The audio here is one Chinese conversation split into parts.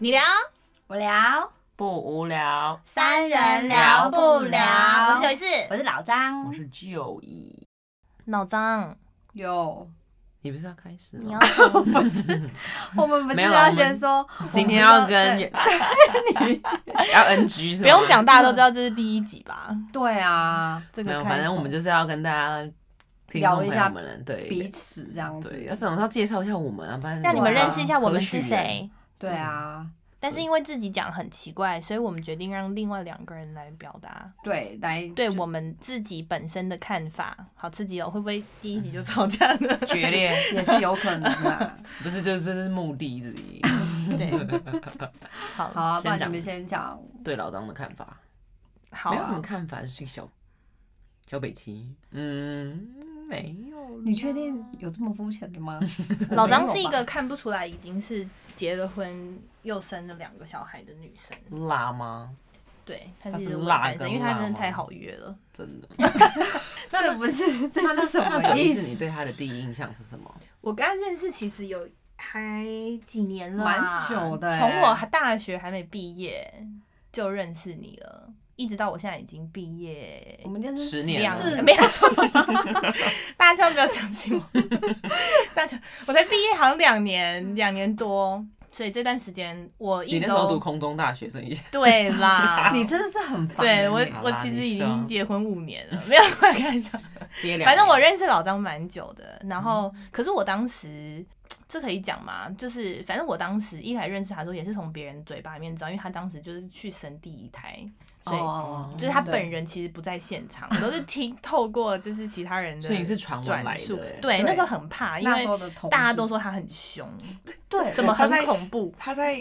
你聊，我聊，不无聊，三人聊不我聊是小一次，我是老张，我是旧姨。脑张，有，你不是要开始 你吗要？不是， 我们不是没有啦要我们先说，今我们天不要知道跟对 要 NG 是吗？ 不用讲，大家都知道这是第一集吧？对啊， 这没个有，开反正头我们就是要跟大家听聊众一朋下友们对彼此这样子对，，要总是要介绍一下我们啊，不然让你们对啊认识一下我们是。何许人谁。对啊，但是因为自己讲很奇怪，所以我们决定让另外两个人来表达对，来，对我们自己本身的看法。好刺激哦！会不会第一集就吵架呢？决裂，也是有可能啊的。不是，就是这是目的之 一。对， 好好啊，不先然你讲们先讲，对老张的看法，好没有什啊么看法，就是一个小小北齐。嗯，没有。你确定有这么肤浅的吗？老张是没一有个吧看不出来已经是结了婚又生了两个小孩的女生，辣吗？对，她她是是我辣单身，跟因为她辣真的吗太好约了。真的？这不是，这是什那么九意一是你思？对他的第一印象是什么？我跟他认识其实有还几年了啊，蛮久的欸从我还大学还没毕业就认识你了，一直到我现在已经毕业我。们这是十年两了是。没有这么久，大家千万不要相信我。大家，我才毕业好像两年，两年多，所以这段时间我你一那直时候读都空中大学，所 以对啦 你真的是很烦欸。对我好啦，我其实你已上经结婚五年了，没有开玩笑。毕业两年反正我认识老张蛮久的，然后、嗯可是我当时这可以讲吗？就是反正我当时一来认识他的时候，也是从别人嘴巴里面知道，因为他当时就是去生第一胎，所以、哦，就是他对本人其实不在现场，我都是听透过就是其他人 的所以你是传闻来转的述欸。对，对那时候很怕，啊因那为时候的同事大家都说他很凶，对，怎么他很在恐怖。他在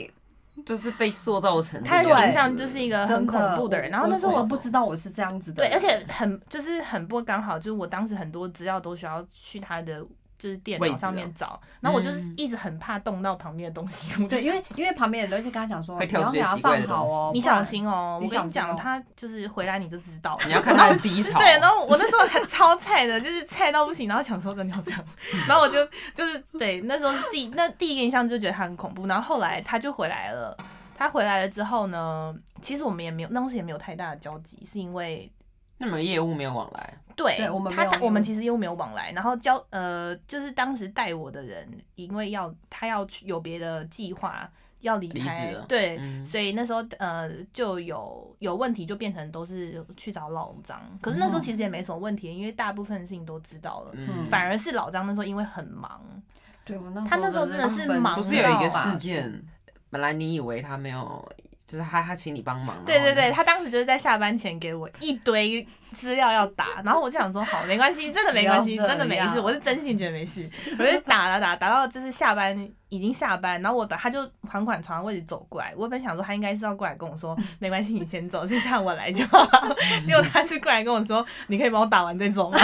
就是被塑造成他的这个样形子象就是一个真很恐怖的人，然后那时候我我不知道我是这样子的对，人，而且很就是很不刚好，就是我当时很多资料都需要去他的就是电位脑置上啊面找，然后我就是嗯一直很怕动到旁边的东西，我就对，因想为因为旁边人都一直跟他讲说，会你跳要出给一些他奇怪放的好东西哦，你不然 小心哦、你我跟小你心讲，哦他就是回 来你就知道了。你要看他的低对潮，，然后我那时候很超菜的，就是菜到不行，然后想说真的要这 样，然后我就就是对那时候是第那第一个印象就觉得他很恐怖，然后后来他就回来了，他回来了之后呢，其实我们也没有当时也没有太大的交集，是因为那你们业务没有往来，对，对我们没他有带那我们个其实又没有往来，然后交呃，就是当时带我的人，因为要他要去有别的计划要离离开职了，对，嗯所以那时候呃就有有问题，就变成都是去找老张。可是那时候嗯其实也没什么问题，因为大部分事情都知道了。嗯，反而是老张那时候因为很忙，对我那他那时候真的是忙不不是知有道一个吧事件，本来你以为他没有，就是他他请你帮忙，对对对，然后他当时就是在下班前给我一堆资料要 打，然后我就想说好，没关 系，真的没关系，不要这真的没事，样我是真心觉得没事，我就打了打打到就是下班已经下班，然后我把他就缓缓从他位置走过来，我本想说他应该是要过来跟我 说没关系，你先走，剩下我来就 好，结果他是过来跟我说你可以帮我打完再走吗？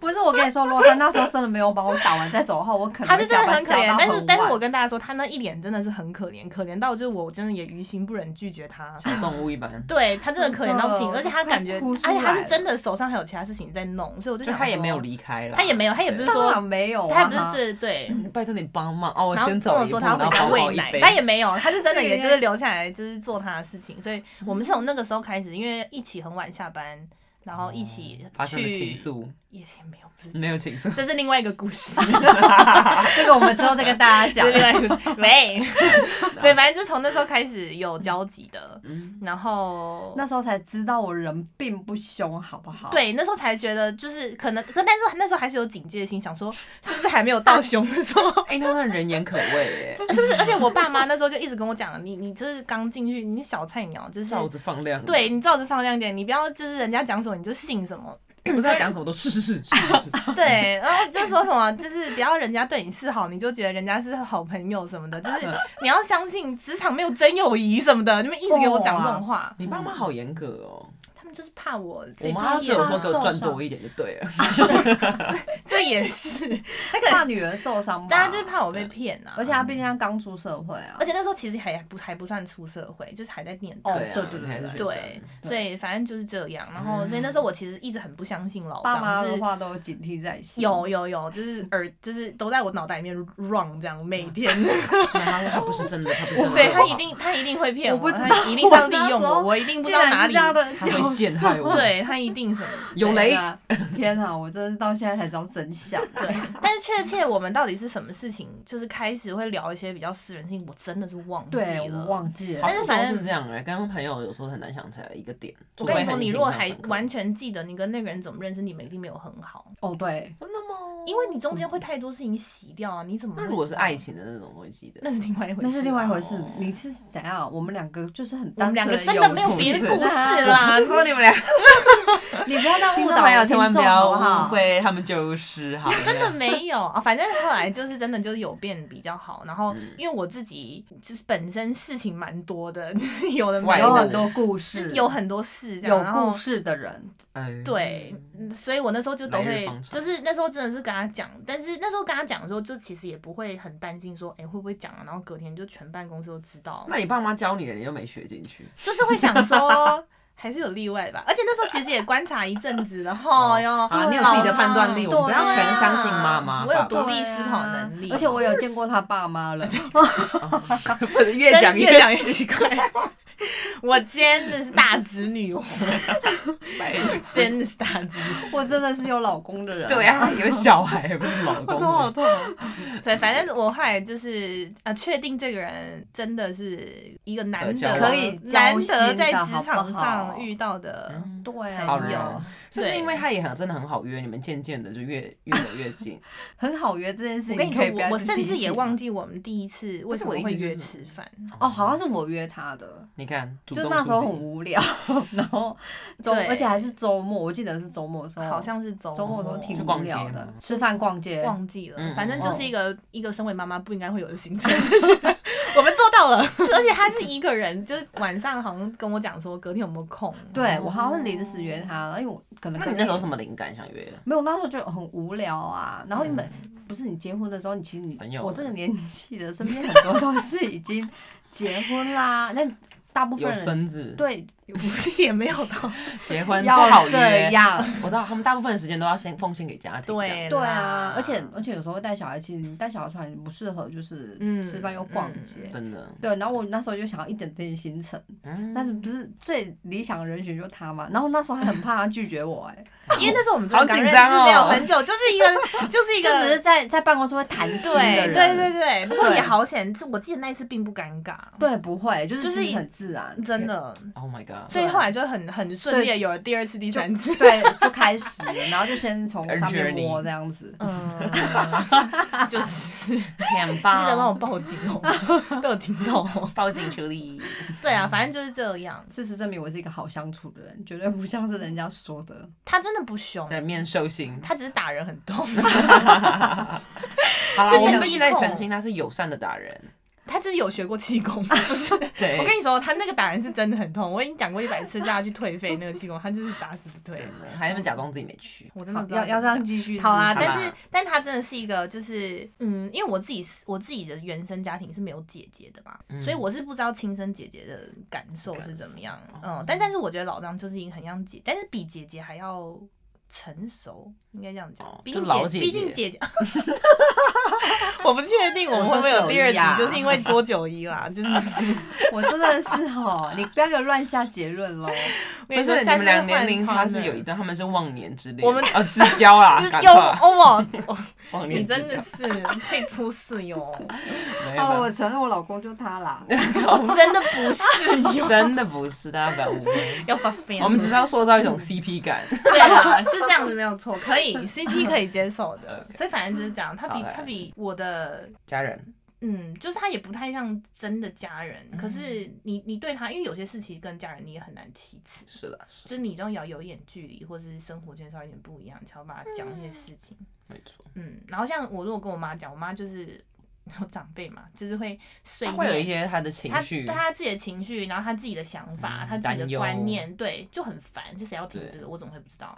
不是我跟你说，如果他那时候真的没有把我打完再走的话，我可能 他是真的很可会加怜，班加到但是但是我晚跟大家说，他那一脸真的是很可怜，可怜到就是我真的也于心不忍拒绝他。小动物一般， 对他真的可怜到不行，真的而且他感觉，快哭出而且他是来真的手上还有其他事情在弄，所以我就就想他也说没有，离开啦，他也没有，他也不是当然说，没有啊，他也不是对对。有，拜托你帮忙哦，我然后先跟走我一步，说他然回后家帮我喂一奶，杯他也没有，他是真的对也就是留下来就是做他的事情，所以我们是从那个时候开始，因为一起很晚下班，然后一起嗯发生了去情愫，也也没有，不是，没有情 愫，这是另外一个故事。这个我们之后再跟大家讲 对。对对， 没，对，反正就从那时候开始有交集的，嗯，然后那时候才知道我人并不凶，好不好？，对那时候才觉得就是可能，可但是那时候还是有警戒心，想说是不是还没有 到凶的时候，哎，那算人言可畏哎， 是不是？而且我爸妈那时候就一直跟我讲，你你就是刚进去，你小菜鸟，就是罩子放亮，，对你罩子放亮点，你不要就是人家讲什么你就信什么，不是他讲什么都是是是是 是，是对，然后就说什么就是不要人家对你示好，你就觉得人家是好朋友什么的，就是你要相信职场没有真友谊什么的，你们一直给我讲这种话。你爸妈好严格哦，他们们就是怕我我被妈抛也只有说弃，给我赚多一点就对了。这也 是，他可怕能女儿受伤吧，大家就是怕我被骗啊呐、而且他毕竟他刚出社会啊，而且那时候其实还不还不算出社会，就是还在念大哦学啊对对对你还是对学对生，所以反正就是这样。然后，嗯所以那时候我其实一直很不相信老爸妈张的是。话都有警惕在心。有有有，就是耳， 就是都在我脑袋里面 run 这样，每天。 妈妈他不是真的，他不是真嗯的。对他一定，他一定会骗我我，不知他道一定这样利我那用时候我，我一定不竟知道然哪是里这。样的他角会色陷害我。，对他一定什么 有对雷啊！天哪，我真是到现在才知道真相。对，但是确切我们到底是什么事情，就是开始会聊一些比较私人性，我真的是忘记对，我了。忘记好了。但是像反都正是这样哎，刚刚朋友有说很难想起来一个点。我跟除你非说，很你印如果象还深刻完全记得你跟那个人怎么认识，你们一定没有很好，哦，对，真的吗？因为你中间会太多事情洗掉啊。你怎么？那如果是爱，情的那种，我会记得。 那是另外一回事、啊那是另外一回事哦。你是怎样？我们两个就是很我单们两纯个真友的没有情别的友故情事 啦，我是说你们俩啊 你不要再听误众导朋友我千万听不众好不要误好？会， 他们就是好。 真的没有啊，反正后来就是真的就是有变比较好。然嗯后因为我自己就是本身事情蛮多的， 就是有的没外有有人很多故事，是有很多事这样，有然故后事的人，哎对，嗯所以我那时候就都来日会方，长就是那时候真的是跟他讲，但是那时候跟他讲的时候，就其实也不会很担心说，哎、会不会讲啊？然后隔天就全办公室都知道，那你爸妈教你的，你又没学进去。就是会想说 还是有例外吧。而且那时候其实也观察一阵子了，吼哦哟，啊，你有自己的判断力，对啊我们不要全相信妈妈。我有爸独爸立思考能力对啊而且我有见过他爸妈了。 越真讲越讲越奇奇怪。 我真的是大侄女哦，怪。真的是大侄女， 我真的是有老公的人。 对啊，有小孩不是 老我头好公。痛。对，反正我后来就是呃，确定这个人真的是一个难可交得往可以交难心得的在好职不场好上遇到的。嗯对啊，好人是不是对因为他也很真的很好约，你们渐渐的就越越走越近？很好约这件事情，我跟你可以说，不要我我去甚提至也醒忘记我们第一次为什么我的意思会就是约说吃饭。哦，好像是我约他的，你看，主就动那时候很出击。无聊，然后周对而且还是周末，我记得是周末的时候，好像是周哦周末都挺去无逛街聊吗的，吃饭逛街。忘记了，嗯反正嗯就是一个、一个身为妈妈不应该会有的行程， 我们做 到了。而且他是一个人，就是晚上好像跟我讲说隔天有没有空。对我好像是临时约哦他了，因为我可能那跟你那时候什么灵感想约的？没有，那时候就很无聊啊。然后你们、不是你结婚的时候，你其实你嗯朋友我这个年纪的，身边很多都是已经结婚啦，那大部分有人孙子，对不是也没有 到，结婚不要好这约。样。我知道他们大部分时间都要先奉献给家庭。这对样对啦啊，而且而且有时候会带小孩，其实你带小孩出来你不适合，就是嗯吃饭又逛街。真的，对，然后我那时候就想要一整天的行程，嗯，但是不是最理想的人选就是他嘛？然后那时候还很怕他拒绝我、 哎，因为那时候我们真好的刚紧认识张哦没有很久，就是一个就是 一就只是个。在在办公室会谈心的对人，对对对，不过对也好险，就我记得那一次并不尴尬，对不会，就是就是其实很自然，真的， Oh my god，所以后来就很很顺利，所地有了第二次、第三次。对，就开始了，然后就先从上面摸这样子。 嗯，就是记很棒，得帮我报警 哦，被我听到哦。报警处 理。对啊，反正就是这样。事实证明，我是一个好相处的人，绝对不像是人家说的。他真的不凶，人面兽心。他只是打人很痛， 好了，就我讲们必须来以后澄清，他是友善的打人。他就是有学过气 功。不是，哎对我跟你说，他那个打人是真的很痛，我已经讲过一百次，叫他去退费那个气功，他就是打死不退。真的，还有人假装自己没去。我真的好不知道要要这怎么样继续是不是。好啊，好但吧是但他真的是一个，就是嗯，因为我自己是我自己的原生家庭是没有姐姐的嘛，嗯所以我是不知道亲生姐姐的感受是怎么样。嗯，但但是我觉得老张就是一个很像姐，但是比姐姐还要成熟，应该这样讲哦。毕就竟老姐，姐毕姐竟姐 姐，我不确定我们会不会有第二我说九一啊集，就是因为郭九 一啦，就是我真的是哈，你不要给我乱下结论喽。我跟不说是你们俩下次会年换龄差是有一他段，他们是忘年之恋。我们啊，之交 啦，的赶有快哦哦， 忘你年之真交的。是哦会出事哟，没有好了，我吧承认我老公就他啦。真的不是哟，真的不 是，大家不要误会。要把飞。我们只是要塑造一种 CP 感。对啦， 是这样子没有错，可以 CP 可以接受的，所以反正就是这样，他比 OK 他比我的。家人，嗯，就是他也不太像真的家人，嗯可是你你对他，因为有些事情跟家人你也很难启齿，是的，是就是你这种要有一点距离，或者是生活圈稍微有点不一样，才要把它讲一些事情。嗯没错。嗯，然后像我如果跟我妈讲，我妈就是 有长辈嘛，就是会碎他念，会有一些他的情他绪 对，他自己的情绪，然后他自己的想法，嗯他自己担的忧观念，对，就很烦。就谁要听对这个，我怎么会不知道？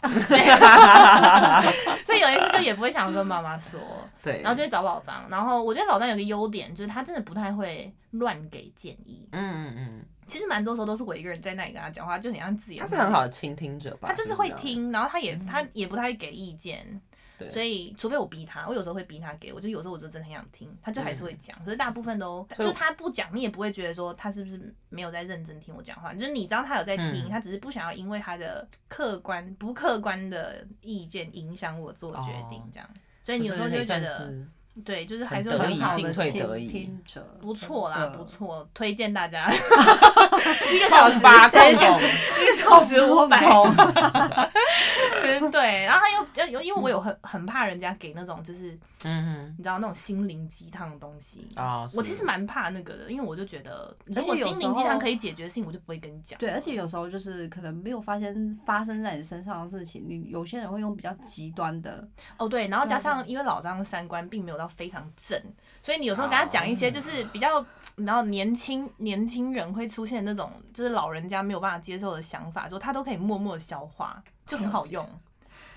所以有一次就也不会想要跟妈妈说，对， 然后就会找老张。然后我觉得老张有个优点，就是他真的不太会乱给建议。嗯嗯其实蛮多时候都是我一个人在那里跟他讲话，就很像自嗯，己的他是妈妈很好的倾听者吧？他就是不会啊，听，然后他也他也不太会给意见，对所以除非我逼他，我有时候会逼他给我，就有时候我就真的很想听，他就还是会讲，可是大部分都所以我就他不讲，你也不会觉得说他是不是没有在认真听我讲话，就是你知道他有在听，嗯他只是不想要因为他的客观不客观的意见影响我做决定哦这样，所以你有时候就会觉就是 得算是对，就是很还是得会意嗯很好进的退得意听者不错啦真，的不 错，推荐 大家一个小时吧，推共荐同一个小时 五百好，就是对，然后他又又因为我有很很怕人家给那种就是嗯你知道那种心灵鸡汤的东西嗯，啊，我是其实蛮怕那个的，因为我就觉得而且如果有心时灵候鸡汤可以解决的事情，我就不会跟你讲。对，而且有时候就是可能没有发现发生在你身上的事情，你有些人会用比较极端的，哦对，然后嗯加上因为老张三观并没有到非常正，所以你有时候跟他讲一哦些就是比较然后年轻年轻人会出现那种就是老人家没有办法接受的想法，之后他都可以默默的消化，就很好用。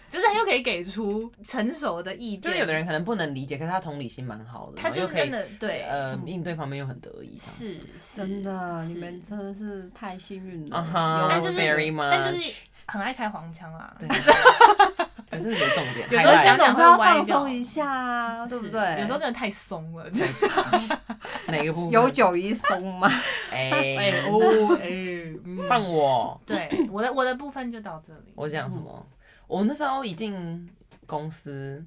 就是他又可以给出成熟的意见，就是有的人可能不能理解，可是他同理心蛮好的，他然就后是又可以真的对，呃嗯应对方面又很得意，这样子是是真的，你是们真的是太幸运了。啊哈，但就是 very much，但就是很爱开黄腔啊，对，对，这是你的重点，有所以时候这 highlight 讲种是要放会歪掉松一下啊，对不是对？有时候真的太松了，哪个部分？有酒一松嘛， 哎哎，哦哎，嗯换我，对，我的我的部分就到这里。我讲什么？嗯我那时候一进公司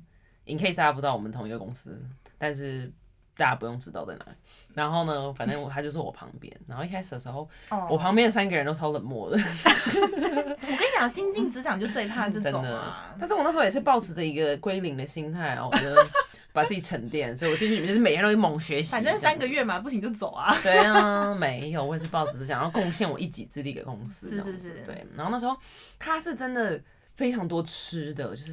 ，in case 大家不知道我们同一个公司，但是大家不用知道在哪里。然后呢，反正我他就坐我旁边。然后一开始的时候，哦，我旁边的三个人都超冷漠的，我跟你讲，新进职场就最怕 这真种的啊。。但是我那时候也是抱持着一个归零的心态哦，我就把自己沉淀，所以我进去里面就是每天都会猛学习。反正三个。月嘛，不行就走啊。对啊，没有，我也是抱持着想要贡献我一己之力给公司。是这样是子是对。然后那时候他是真的非常多吃的，就是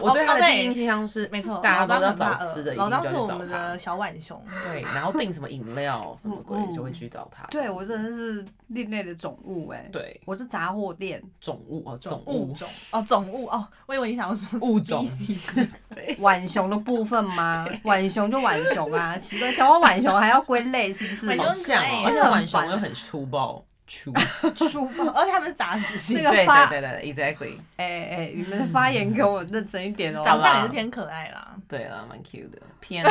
我哦对他哦的对第一印象是， 没错，大家都老要张很找怕饿吃的，一老定张就要是去我找们的他。小浣熊。对，然后订什么饮料什么鬼嗯嗯就会去找他。对我这真样子的是另类的种物哎、对我是杂货店，种物哦，种物物种哦，总物哦，我以为你想要说物种 species 浣熊的部分吗？浣熊就浣熊啊，奇怪，讲到浣熊还要归类是不是？浣好熊像哦，哎而真且的很浣熊烦又很粗暴，粗。书包，而且他们是杂食性 那，个对对发对对对，exactly，哎哎、你们的发言给我认真一点哦。长好相啦也是偏可爱啦。对啦，蛮 cute 的，偏。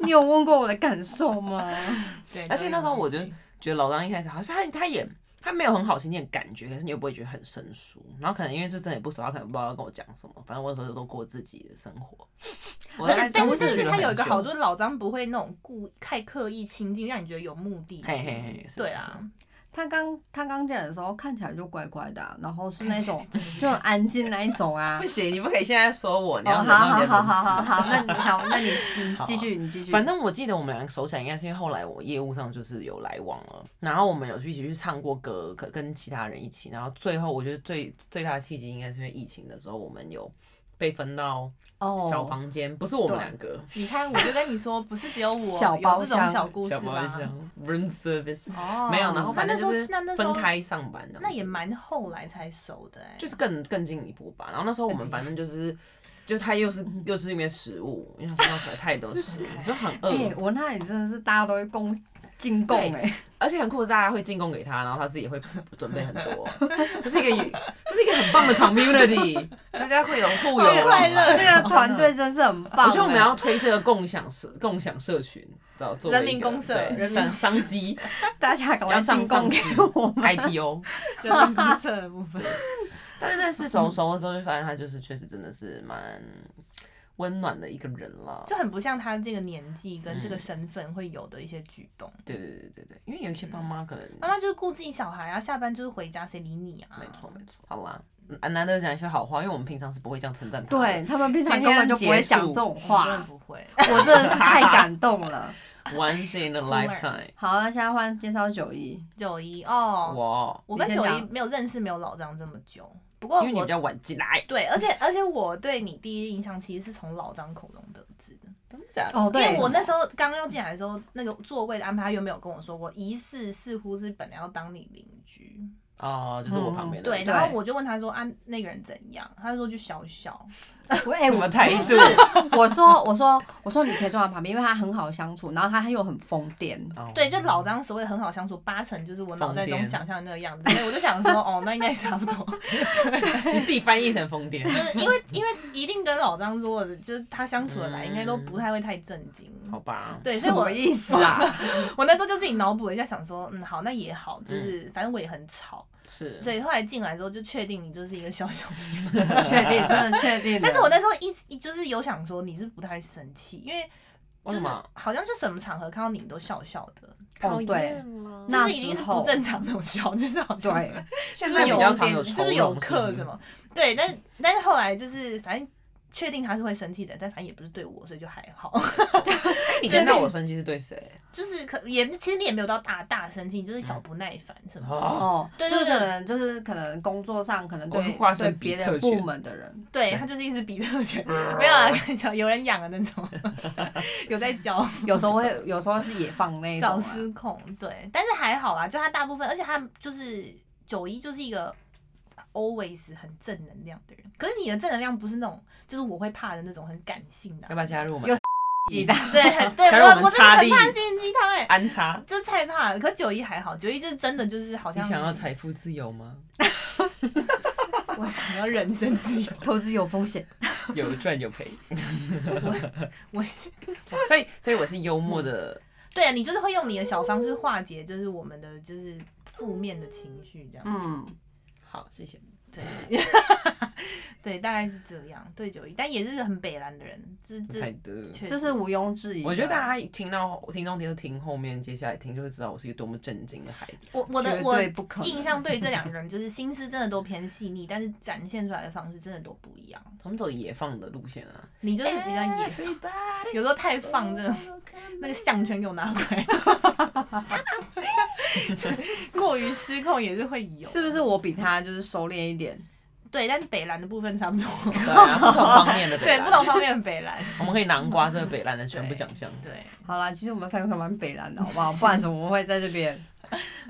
你有问过我的感受吗？对，而且那时候我就都有觉得老张一开始好像他他也他没有很好心情的感觉，可是你又不会觉得很生疏。然后可能因为这真的也不熟，他可能不知道要跟我讲什么。反正我那时候都过自己的生活。我大而且概， 但过是但自己是了他有很一个久好处，，就是老张不会那种故太刻意亲近，让你觉得有目的嘿嘿性。嘿，是对啊，，他刚他刚进来的时候看起来就乖乖的啊、然后是那种就很安静那一种啊不。行，你不可以现在说我，你哦，要好等到好你的好名好好好，次。那你 好，那你你好啊继续，你继续。反正我记得我们两个熟起来，应该是因为后来我业务上就是有来往了，然后我们有去一起去唱过歌，跟跟其他人一起，然后最后我觉得最最大的契机应该是因为疫情的时候，我们有被分到哦，小房间，不是我们对两个，你看，我就跟你说，不是只有我小包有这种厢小故事小包吧？厢 room service 哦没有，然后哎反正就是那那时候分，开上班的，那那也蛮后来才熟的哎、就是更更进一步吧。然后那时候我们反正就是。就是他又是嗯又是因为食物，因为他身上实在太多食物，就很饿，哎、我那里真的是大家都会共进贡哎、而且很酷，是大家会进贡给他，然后他自己也会准备很 多，这是一个这是一个很棒的 community，大 家会有互好有啊快乐这 个团队真是很棒、哎我觉得我们要推这个共享社共享社群，知道作为一个人民公社对人民商商 机哎大家赶快要上进贡上给市我们。 IPO。人工智能的部分。但是认识熟熟了之后，就发现他就是确实真的是蛮温暖的一个人啦。 就很不像他这个年纪跟这个身份会有的一些举动。对对对对对，因为有一些爸妈可能，妈妈就是顾自己小孩啊，下班就是回家，谁理你啊？没错没错，好啦，嗯啊难得讲一些好话，因为我们平常是不会这样称赞他。对，他们平常根本就不会讲这种我真的话，不会。我真的是太感动了。 ，once in a lifetime，好，那现在换介绍九一，九一哦，哇，我跟你先九一讲没有认识没有老张这么久，不过因为你我比较晚进来，对，而且而且我对你第一印象其实是从老张口中得知的。真的下。哦，因对，为我那时候刚要进来的时候，那个座位的安排，他原本有跟我说过，疑似似乎是本来要当你邻居，哦，就是我旁边的。对，对然后我就问他说啊，那个人怎样？他说就小小， 我哎，什我么态度？我说我说我说你可以坐在旁边，因为他很好相处，然后他又很疯 癫。哦对，就老张所谓很好相处，八成就是我脑袋中疯癫想象的那个样子，所以我就想说，哦，那应该差不多，你自己翻译成疯癫 就，是因为因为一定跟老张说的，就是他相处的来，应该都不太会太震惊。好吧？对，所什以我么意思啊？ 我那时候就自己脑补了一下，想说，嗯，好，那也好，就是反正我也很吵，是所以后来进来之后就确定你就是一个小小的人。确定，真的确定。但是我那时候一直就是有想说你是不太生气，因为为就什是么？好像就什么场合看到你都笑笑的，哦对，就那是已经时是不候正常那种笑，就是好像对，是现不在是比有较常有点是仇不是有容，是课什？么？对，但但是后来就是反正确定他是会生气的，但反正也不是对我，所以就还好。 你现在我生气是对谁？就是可也其实你也没有到大大生气，你就是小不耐烦什么的。哦，哦，对就是对对可能就是可能工作上可能我会对化身对比别特的犬部门的人，对对他就是一只比 特犬， 没有啊，看小有人养的那种，有在教有时候 会有时候是野放那一种小啊。失控，对，但是还好啦，就他大部分，而且他就是九一就是一个 always 很正能量的人，可是你的正能量不是那种就是我会怕的那种很感性的要啊、不要加入我们有？鸡蛋对很对，加入我我们我真的查很理怕心灵鸡汤哎，安插？这太怕了。可九一还好，九一就是真的就是好你像想要财富自由吗？ 我想要人生自由，投资有风险，有赚有赔， 我是所以所以我是幽默的，对啊，你就是会用你的小方式化解，就是我们的就是负面的情绪这样。嗯，好，谢谢。对， 对，大概是这样。对九一，但也是很北蓝的人，这太这的，确这实是毋庸置疑的。我觉得大家听到听众听听后面，接下来听就会知道我是一个多么震惊的孩子。我我的绝我对不可能印象对这两个人就是心思真的都偏细腻，但是展现出来的方式真的都不一样。他们走野放的路线啊，你就是比较野放，有时候太放真的，那个项圈给我拿 回来，过于失控也是会 有，是不是？我比他就是收敛一点？对，但是北蓝的部分差不多，对啊，不同方面的北对，兰不同方面的北蓝，我们可以南瓜这个北兰的全部奖项。对好啦，其实我们三个蛮北蓝的，好 不好？不然怎么会在这边？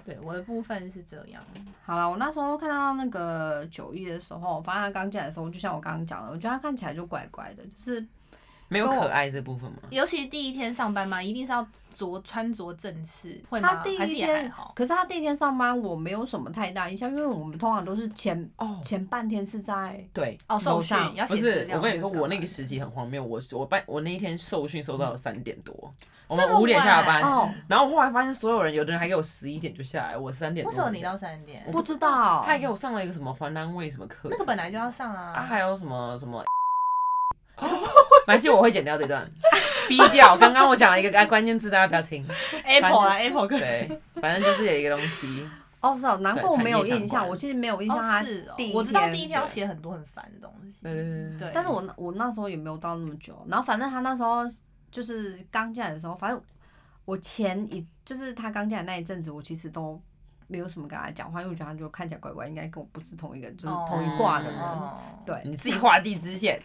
对，我的部分是这样，好了，我那时候看到那个九一的时候，我发现他刚进来的时候，就像我刚刚讲的，我觉得他看起来就怪怪的，就是没有可爱这部分吗？尤其第一天上班嘛，一定是要着穿着正式，会他吗第？还是一也还天好，？可是他第一天上班，我没有什么太大印象，因为我们通常都是前哦，前半天是在对，哦，受楼训上要不写是资，我料跟你说，干嘛嗯我那个时期很荒谬。我我班我那一天受训受到了三点多，我这么们五点下班，晚哦，然后后来发现所有人，有的人还给我十一点就下来，我三点多为才什下来。么你到三点？不知道他，还给我上了一个什么环南卫什么课程？那个本来就要上啊，啊。还有什么什 么？ 没关系，我会剪掉这段，逼掉。刚刚我讲了一个关键字，大家不要 听。 Apple 啊 ，Apple 课程。对，反正就是有一个东西，哦是哦，难怪我没有对产业印相象，关我其实没有印象哦，他是哦第一，我知道第一天天要对写很多很烦的东西。对对对嗯对，但是我那我那时候也没有到那么久，然后反正他那时候就是刚进来的时候，反正我前一就是他刚进来那一阵子，我其实都没有什么跟他讲话，因为我觉得他就看起来怪怪，应该跟我不是同一个，就是同一挂的人。哦，对，你自己画地支 线，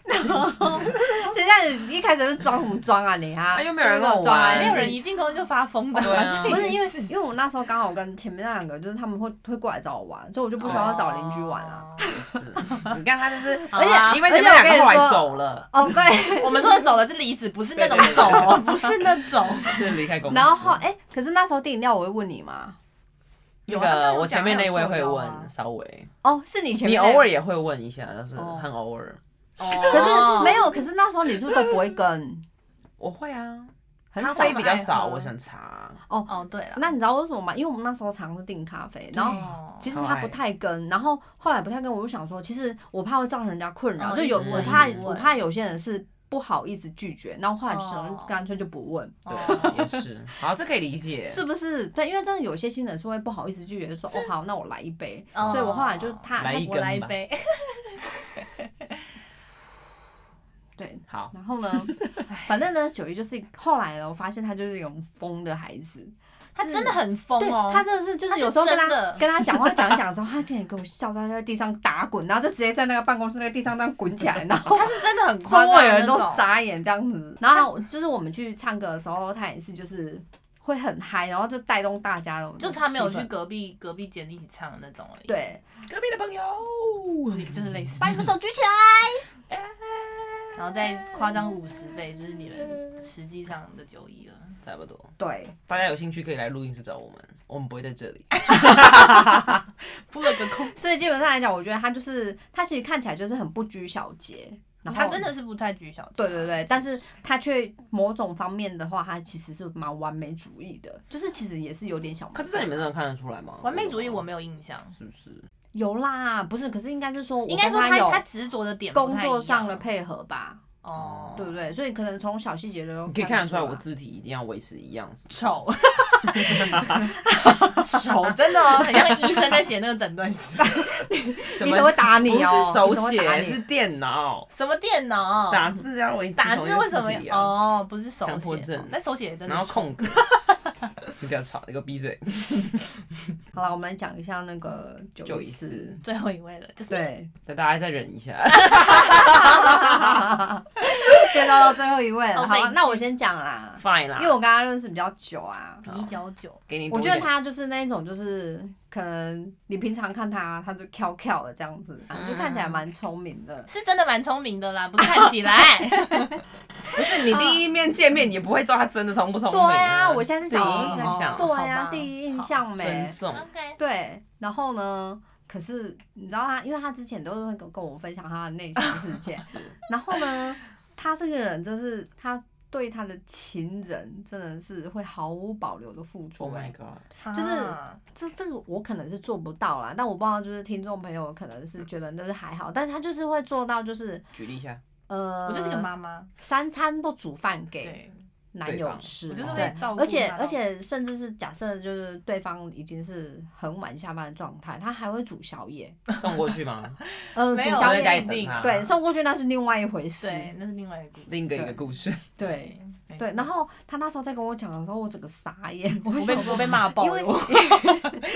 现在一开始是装什么装啊你啊？哎又没有人跟我玩装啊没有人一进公司就发疯的，对啊不是因为自己因为我那时候刚好跟前面那两个就是他们会会过来找我玩，所以我就不需要找邻居玩啊。。哦也是。你看他就是，好啊因为前面两个后来走了，哦对，我们说的走的是离职，不是那种对对对走哦，不是那种。是离开公司。然后后哎、可是那时候订饮料我会问你吗？那有啊刚刚个有我前面讲那位还会有瘦腰啊问，稍微哦，是你前你面那偶尔也会问一下，就是哦很偶尔。 可可是没有，可是那时候你是不是都不会跟？ 我会啊，很咖少。啡比较少，爱喝我想查。哦，对了，那你知道为什么吗？因为我们那时候常是订咖啡，然后。后其实他不太跟，然后后来不太跟，我就想说，其实我怕会造成人家困扰，哦就有你我不怕问我怕有些人是不好意思拒绝，然后后来想哦干脆就不问，对啊，也是。好，这可以理解。哦 是不是？对，因为真的有些新人是会不好意思拒绝， 就说哦好，那我来一杯，哦所以我后来就他他来一我哦来一杯，对，好， 然后呢，反正呢，九一就是后来呢，我发现他就是一种疯的孩子，他真的很疯对哦，他真的是，就他是是有时候跟他真的跟他讲话讲一讲之后，他竟然给我笑到在地上打滚，然后就直接在那个办公室那个地上那样滚起来，然 后他是真的很周夸张围的人那都种。傻眼这样子。然后就是我们去唱歌的时候，他也是就是会很嗨，然后就带动大家的， 就是他没有去。隔壁隔壁间一起唱的那种而已，对，隔壁的朋友，就是类似，把你们手举起来。然后再夸张五十倍，就是你们实际上的九一了。差不多。对，大家有兴趣可以来录音室找我们，我们不会在这里。扑了个 空，所以基本上来讲，我觉得他就是他其实看起来就是很不拘小节，然后他真的是不太拘小节。啊对对对，但是他却某种方面的话，他其实是蛮完美主义的，就是其实也是有点小。可是在你们真的看得出来吗？完美主义我没有印象，是不是？有啦，不是，可是应该是说，应该说他他有他执着的点不工太一样作上的配合吧，哦，对不对？所以可能从小细节都你可以看得出来，我自字体一定要维持一样。是不是丑， 丑真的哦，很像医生在写那个诊断书。 什你怎么会打你不哦？是手你怎么会打写，你哦是电脑什么电脑？打字要维持打同一字个为什么字体要？啊？哦，不是手强迫写症，那手写也真的然后是空格， 你不要吵，你给我闭嘴。好了，我们来讲一下那个九九一一四四，最后一位了，就是对，那大家再忍一下。 介绍到最后一位 了。好好每啊，次那我先讲啦， Fine 啦，因为我跟他认识比较久啊，比较久，给啊你多我一觉点，得他就是那一种，就是可能你平常看他，他就翘翘的这样子，啊嗯就看起来蛮聪明 的。是真的蛮聪明的 啦，不看起来。不是你第一面见面，你也不会知道他真的聪不聪对明、啊，我现在是第一想要是第一印象对好啊吧，第一印象没嗯尊重，，OK，对，然后呢？可是你知道他，因为他之前都会跟跟我分享他的内心世 界是然后呢，他这个人真是他对他的情人真的是会毫无保留的付出、 ，Oh 欸。 my god，就是啊这这个我可能是做不到啦，但我不知道，就是听众朋友可能是觉得那是还好，但是他就是会做到，就是举例一下，呃，我就是个妈妈，三餐都煮饭给对，男对友方吃，哦我对，就是会照顾而且他而且甚至是假设就是对方已经是很晚下班的状态，他还会煮宵夜，送过去 吗？嗯，煮没有宵我在夜家里一定等他，对，送过去那是另外一回事，对，那是另外一个故事。另一个一个故事，对没对错然后他那时候在跟我讲的时候，我整个傻眼，我我会被想说我被骂爆因为了，我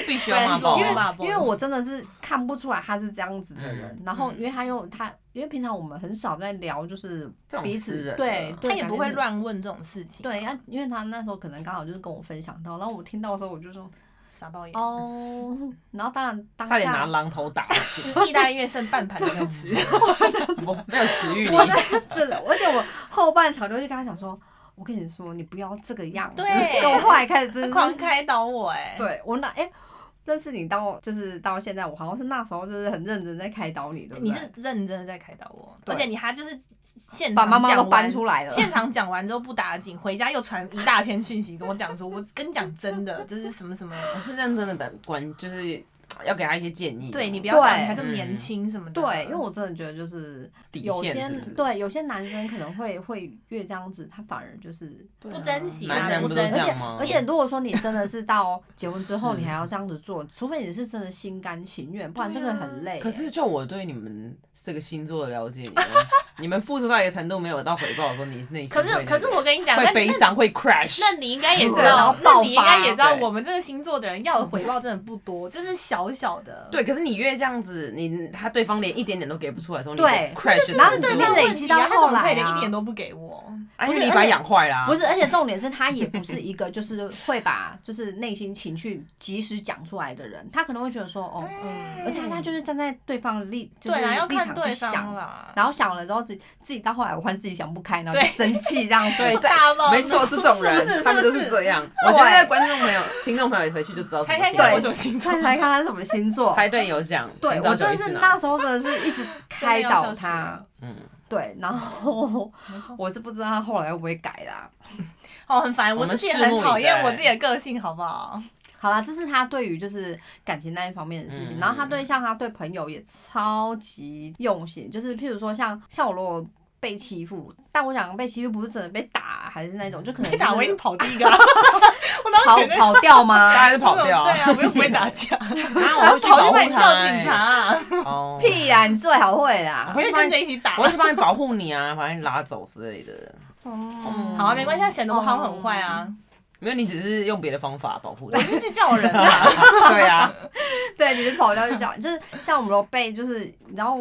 必须要骂爆被因人为揍啊，骂爆因为我真的是看不出来他是这样子的人，嗯然后嗯因为他又他，因为平常我们很少在聊，就是这种彼私此人对的对，嗯他也感不觉会是。乱问这种事情。对，啊，因为他那时候可能刚好就是跟我分享到，然后我听到的时候我就说傻爆眼。哦，然后当然当差点拿下榔头 打死， 意大利面剩半盘都没有 吃，我没有食欲，我在真的，而且我后半场就去跟他讲说，我跟你说你不要这个样子，对我后来开始真的是狂开导我哎、对我那哎、但是你到就是到现在，我好像是那时候就是很认真在开导你，对不对？你是认真的在开导我，对而且你还就是现把场妈妈都讲搬完，出来了，现场讲完之后不打紧，回家又传一大篇讯息跟我讲说，我跟你讲真的，就是什么什么，我是认真的等关，就是要给他一些建议，啊 对你不要讲对你还这么年轻什么的，对，因为我真的觉得就是底有线些是不是，对有些男生可能会会越这样子，他反而就是对啊不珍惜男人不不啊是珍这惜样吗？而且如果说你真的是到结婚之后，哦是你还要这样子做，除非你是真的心甘情愿，不然对这啊个很累欸。可是就我对你们这个星座的了解，你们你们付出到一个程度没有到回报的时候，你内心可会是那可个是我跟你讲，那会悲伤，会 crash。那你应该也知然后道，那你应爆发该也知道，对我们这个星座的人要的回报真的不多，就是小小的。对，可是你越这样子，你他对方连一点点都给不出来的时候，你对会 crash，然后自己对对面方累问积题到啊，他怎么后可来以连啊一点都不给我？而不是且你而把他且养坏啦。不是，而且重点是他也不是一个就是会把就是内心情绪及时讲出来的人，他可能会觉得说哦，嗯，而且他就是站在对方的立就是对啦，要立看场对去方想，啦。然后想了之后自己自己到后来我发现自己想不开，然后就对生气这 样子。对对，大爆没错，这种人是不是他们就是不是这样。我觉得观众 朋友、听众朋友回去就知道什猜么猜星看我座什。么星座猜？猜看他是什么星座？猜对有奖，对请我找真的九一是四那拿时候真的是一 直开导他，嗯，对，然后没错。我是不知道他后来会不会改啦。哦，很烦，我我们自己也拭目很以讨厌待我自己的个性，好不好？好啦，这是他对于就是感情那一方面的事情，嗯然后他对像他对朋友也超级用心，就是譬如说像像我如果被欺负，但我想被欺负不是真的被打，啊还是那种就可能被打就我一是定跑第一个啊， 我当跑时觉得跑掉吗大？ 家是跑这种掉，对啊，啊，我又不会打架，我然会后去保跑护去把你他叫警欸。察啊，哦，屁啦，你最好会啦我。我会就帮跟你着一起打我。要去帮你啊保护你啊，把你拉走之类的。嗯好啊，没关系啊，显得我好像很坏啊。没有，你只是用别的方法保护我他。是去叫人的，对啊，对，你是跑掉就讲，就是像我们都被就是你知道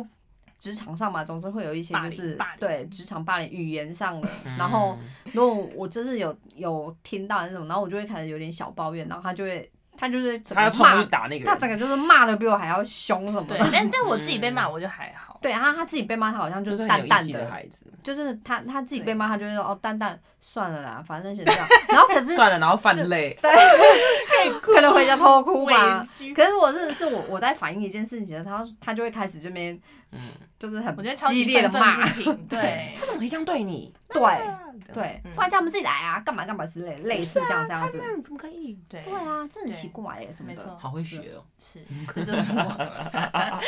职场上嘛，总是会有一些霸就凌是霸凌对职场霸凌语言上的， 然后嗯如果我就是有有听到那种，然后我就会开始有点小抱怨，然后他就会他就是整他要个冲骂过去，打那个人，他整个就是骂的比我还要凶什么对的。，但但我自己被骂，我就还好。对，他他自己被骂，他好像就就是是淡很有义淡气的，孩子。就是他他自己对被骂，他就会说哦淡淡算了啦，反正先这 样。然后可是算了，然后犯累， 对，可能回家偷哭委吧。屈，可是我真的是我我在反映一件事情的时候，他他就会开始这边嗯，就是很我觉得超激级烈的愤愤骂不，平。对，他怎么可以这样对你？对对，对嗯，不然叫他们自己来啊，干嘛干嘛之类，类似像这样子。样怎么可以？对对啊，这很对奇怪耶，什么没的。错，好会学哦，是，这就是我。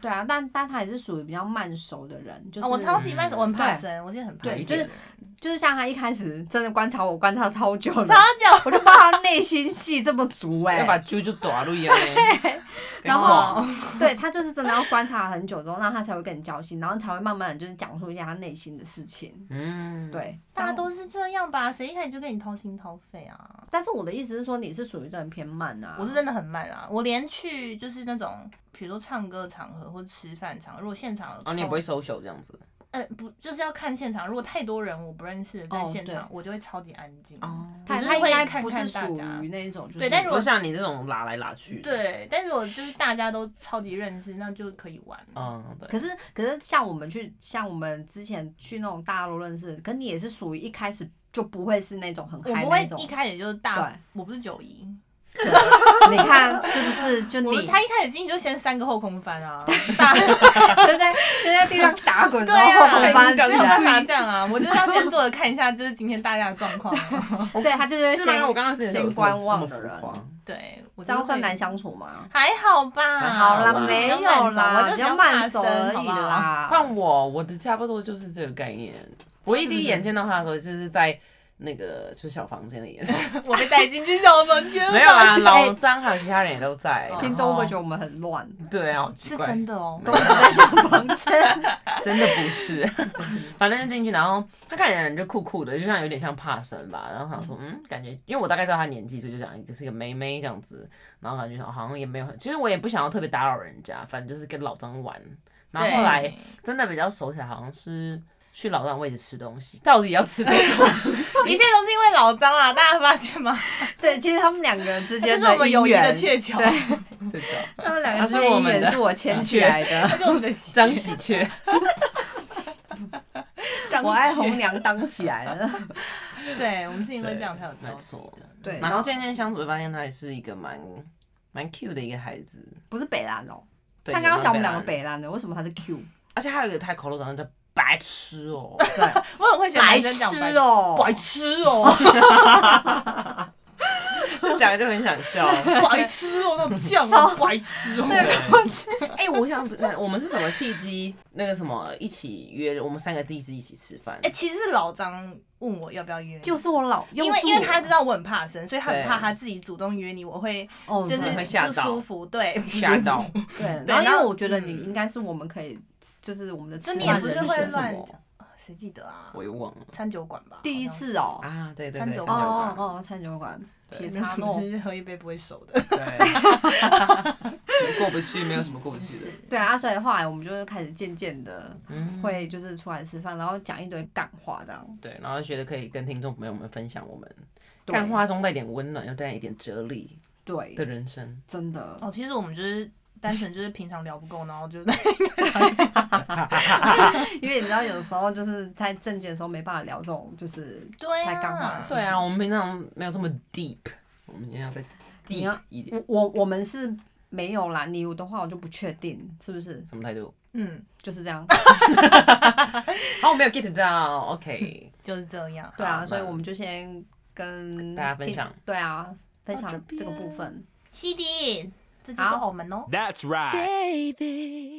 对啊，但但他也是属于比较慢熟的人，就是、啊我超级慢，我很怕对生，我现在很怕对生就是就是像他一开始真的观察我，观察超久超了，久。我就不知道他内心戏这么足 哎、要把啾啾打入眼嘞。然后对他就是真的要观察很久之后，那他才会跟你交心，然后才会慢慢的就是讲出一下他内心的事情。嗯，对，大家都是这样吧？谁一开始就跟你掏心掏肺啊？但是我的意思是说，你是属于这种偏慢啊。我是真的很慢啊，我连去就是那种，比如说唱歌场合或者吃饭场合，如果现场有哦哦然后你也不会 social 这样子。呃，不，就是要看现场。如果太多人我不认识，在哦现对场、我就会超级安静。哦，他我就是他应会该看不看是大属家于那一种，就是对但如不果像你这种拉来拉去。，对，但是我就是大家都超级认识，那就可以玩。嗯，对。可是可是像我们去像我们之前去那种大家都认识，可你也是属于一开始就不会是那种很我嗨不那会种一。开始就大对，我不是九一，对你看是不是？就 我你是他一开始进去就先三个后空翻啊，大就在就在地上打滚， 对然后啊，后空翻没起有来办。法这样啊，我就是要先坐着看一下，就是今天大家的状况啊。对他就是会是吗？我先刚刚是先观望的人对，我这就样会算难相处吗？还好吧，还好啦，好啦没比较有慢熟我啦，就比比较较慢怕熟生而好已不好啦。换我，我的差不多就是这个概念。我一第一眼见到他的时候，就是在那个就是小房间里， 我被带进去小房间了，没有啦，哎老张还有其他人也都在。哦听众会觉得得我们很乱， 对啊，好奇是怪，真的哦。都是在小房间。 真的不是，反正就进去，然后他看起来人就酷酷的，就像有点像怕生吧。然后想说，嗯，感觉因为我大概知道他年纪，所以就讲就是一个妹妹这样子。然后感觉好像也没有很，其实我也不想要特别打扰人家，反正就是跟老张玩。然后后来对真的比较熟起来，好像是去老张位置吃东西，到底要吃多少？ 一切都是因为老张啊，大家发现吗？对，其实他们两个之这间是我们友谊的缘鹊桥， 对睡觉。他们两个他之啊是间我姻们缘的是我牵喜起鹊来的。这是我们的喜张鹊喜鹊，张 我爱鹊红娘当起来了。对，我们是因为这样才有交没集错的。对，然后渐渐相处，发现他也是一个蛮蛮 Q 的一个孩子。 不是北兰哦、对他刚刚讲我们两个，也蛮北兰的，为什么他是 Q？而且还有一个太口头禅叫白痴哦，我很会学男生讲白痴哦、白痴哦，讲的就很想笑。 白痴哦， 那种酱超哦，白痴哦。 哎、我想我们是什么契机？那个什么一起约，我们三个第一次一起吃饭。 哎，其实是老张问我要不要约，就是我老，因为又是因为我他知道我很怕生，所以他很对怕他自己主动约你，我会哦，就是会吓不到舒服，对，吓 到，对，对然后因然为后我觉得你嗯应该是我们可以，就是我们的吃你也饭不是人会选乱什么讲谁记得啊我？也忘了餐酒馆吧，第一次哦、啊，对对餐对，酒餐酒馆哦馆，哦，餐酒馆好像。铁对没有叉什么诺，事喝一杯不会熟哦的，对， 过不去，没有什么过不去的。对啊，所以后来我们就是开始渐渐的嗯，会就是出来吃饭，然后讲一堆干话这样。对，然后觉得可以跟听众朋友们分享我们对干话中带点温暖，又带一点哲理对的，人生。真的， 哦，其实我们就是单纯就是平常聊不够，然后就 因为你知道有时候就是在正经的时候没办法聊这种，就是对太刚好了对啊，我们平常没有这么 deep，我们今天要再你要 deep 一点。我我我们是没有啦，你的话我就不确定是不是什么态度？嗯，就是这样。哦，我没有 get 到，OK，就是这样。对啊，那所以我们就先跟大家分享听。对啊，分享到这这边个部分。西迪，这就是好我们哦。 That's right. Baby.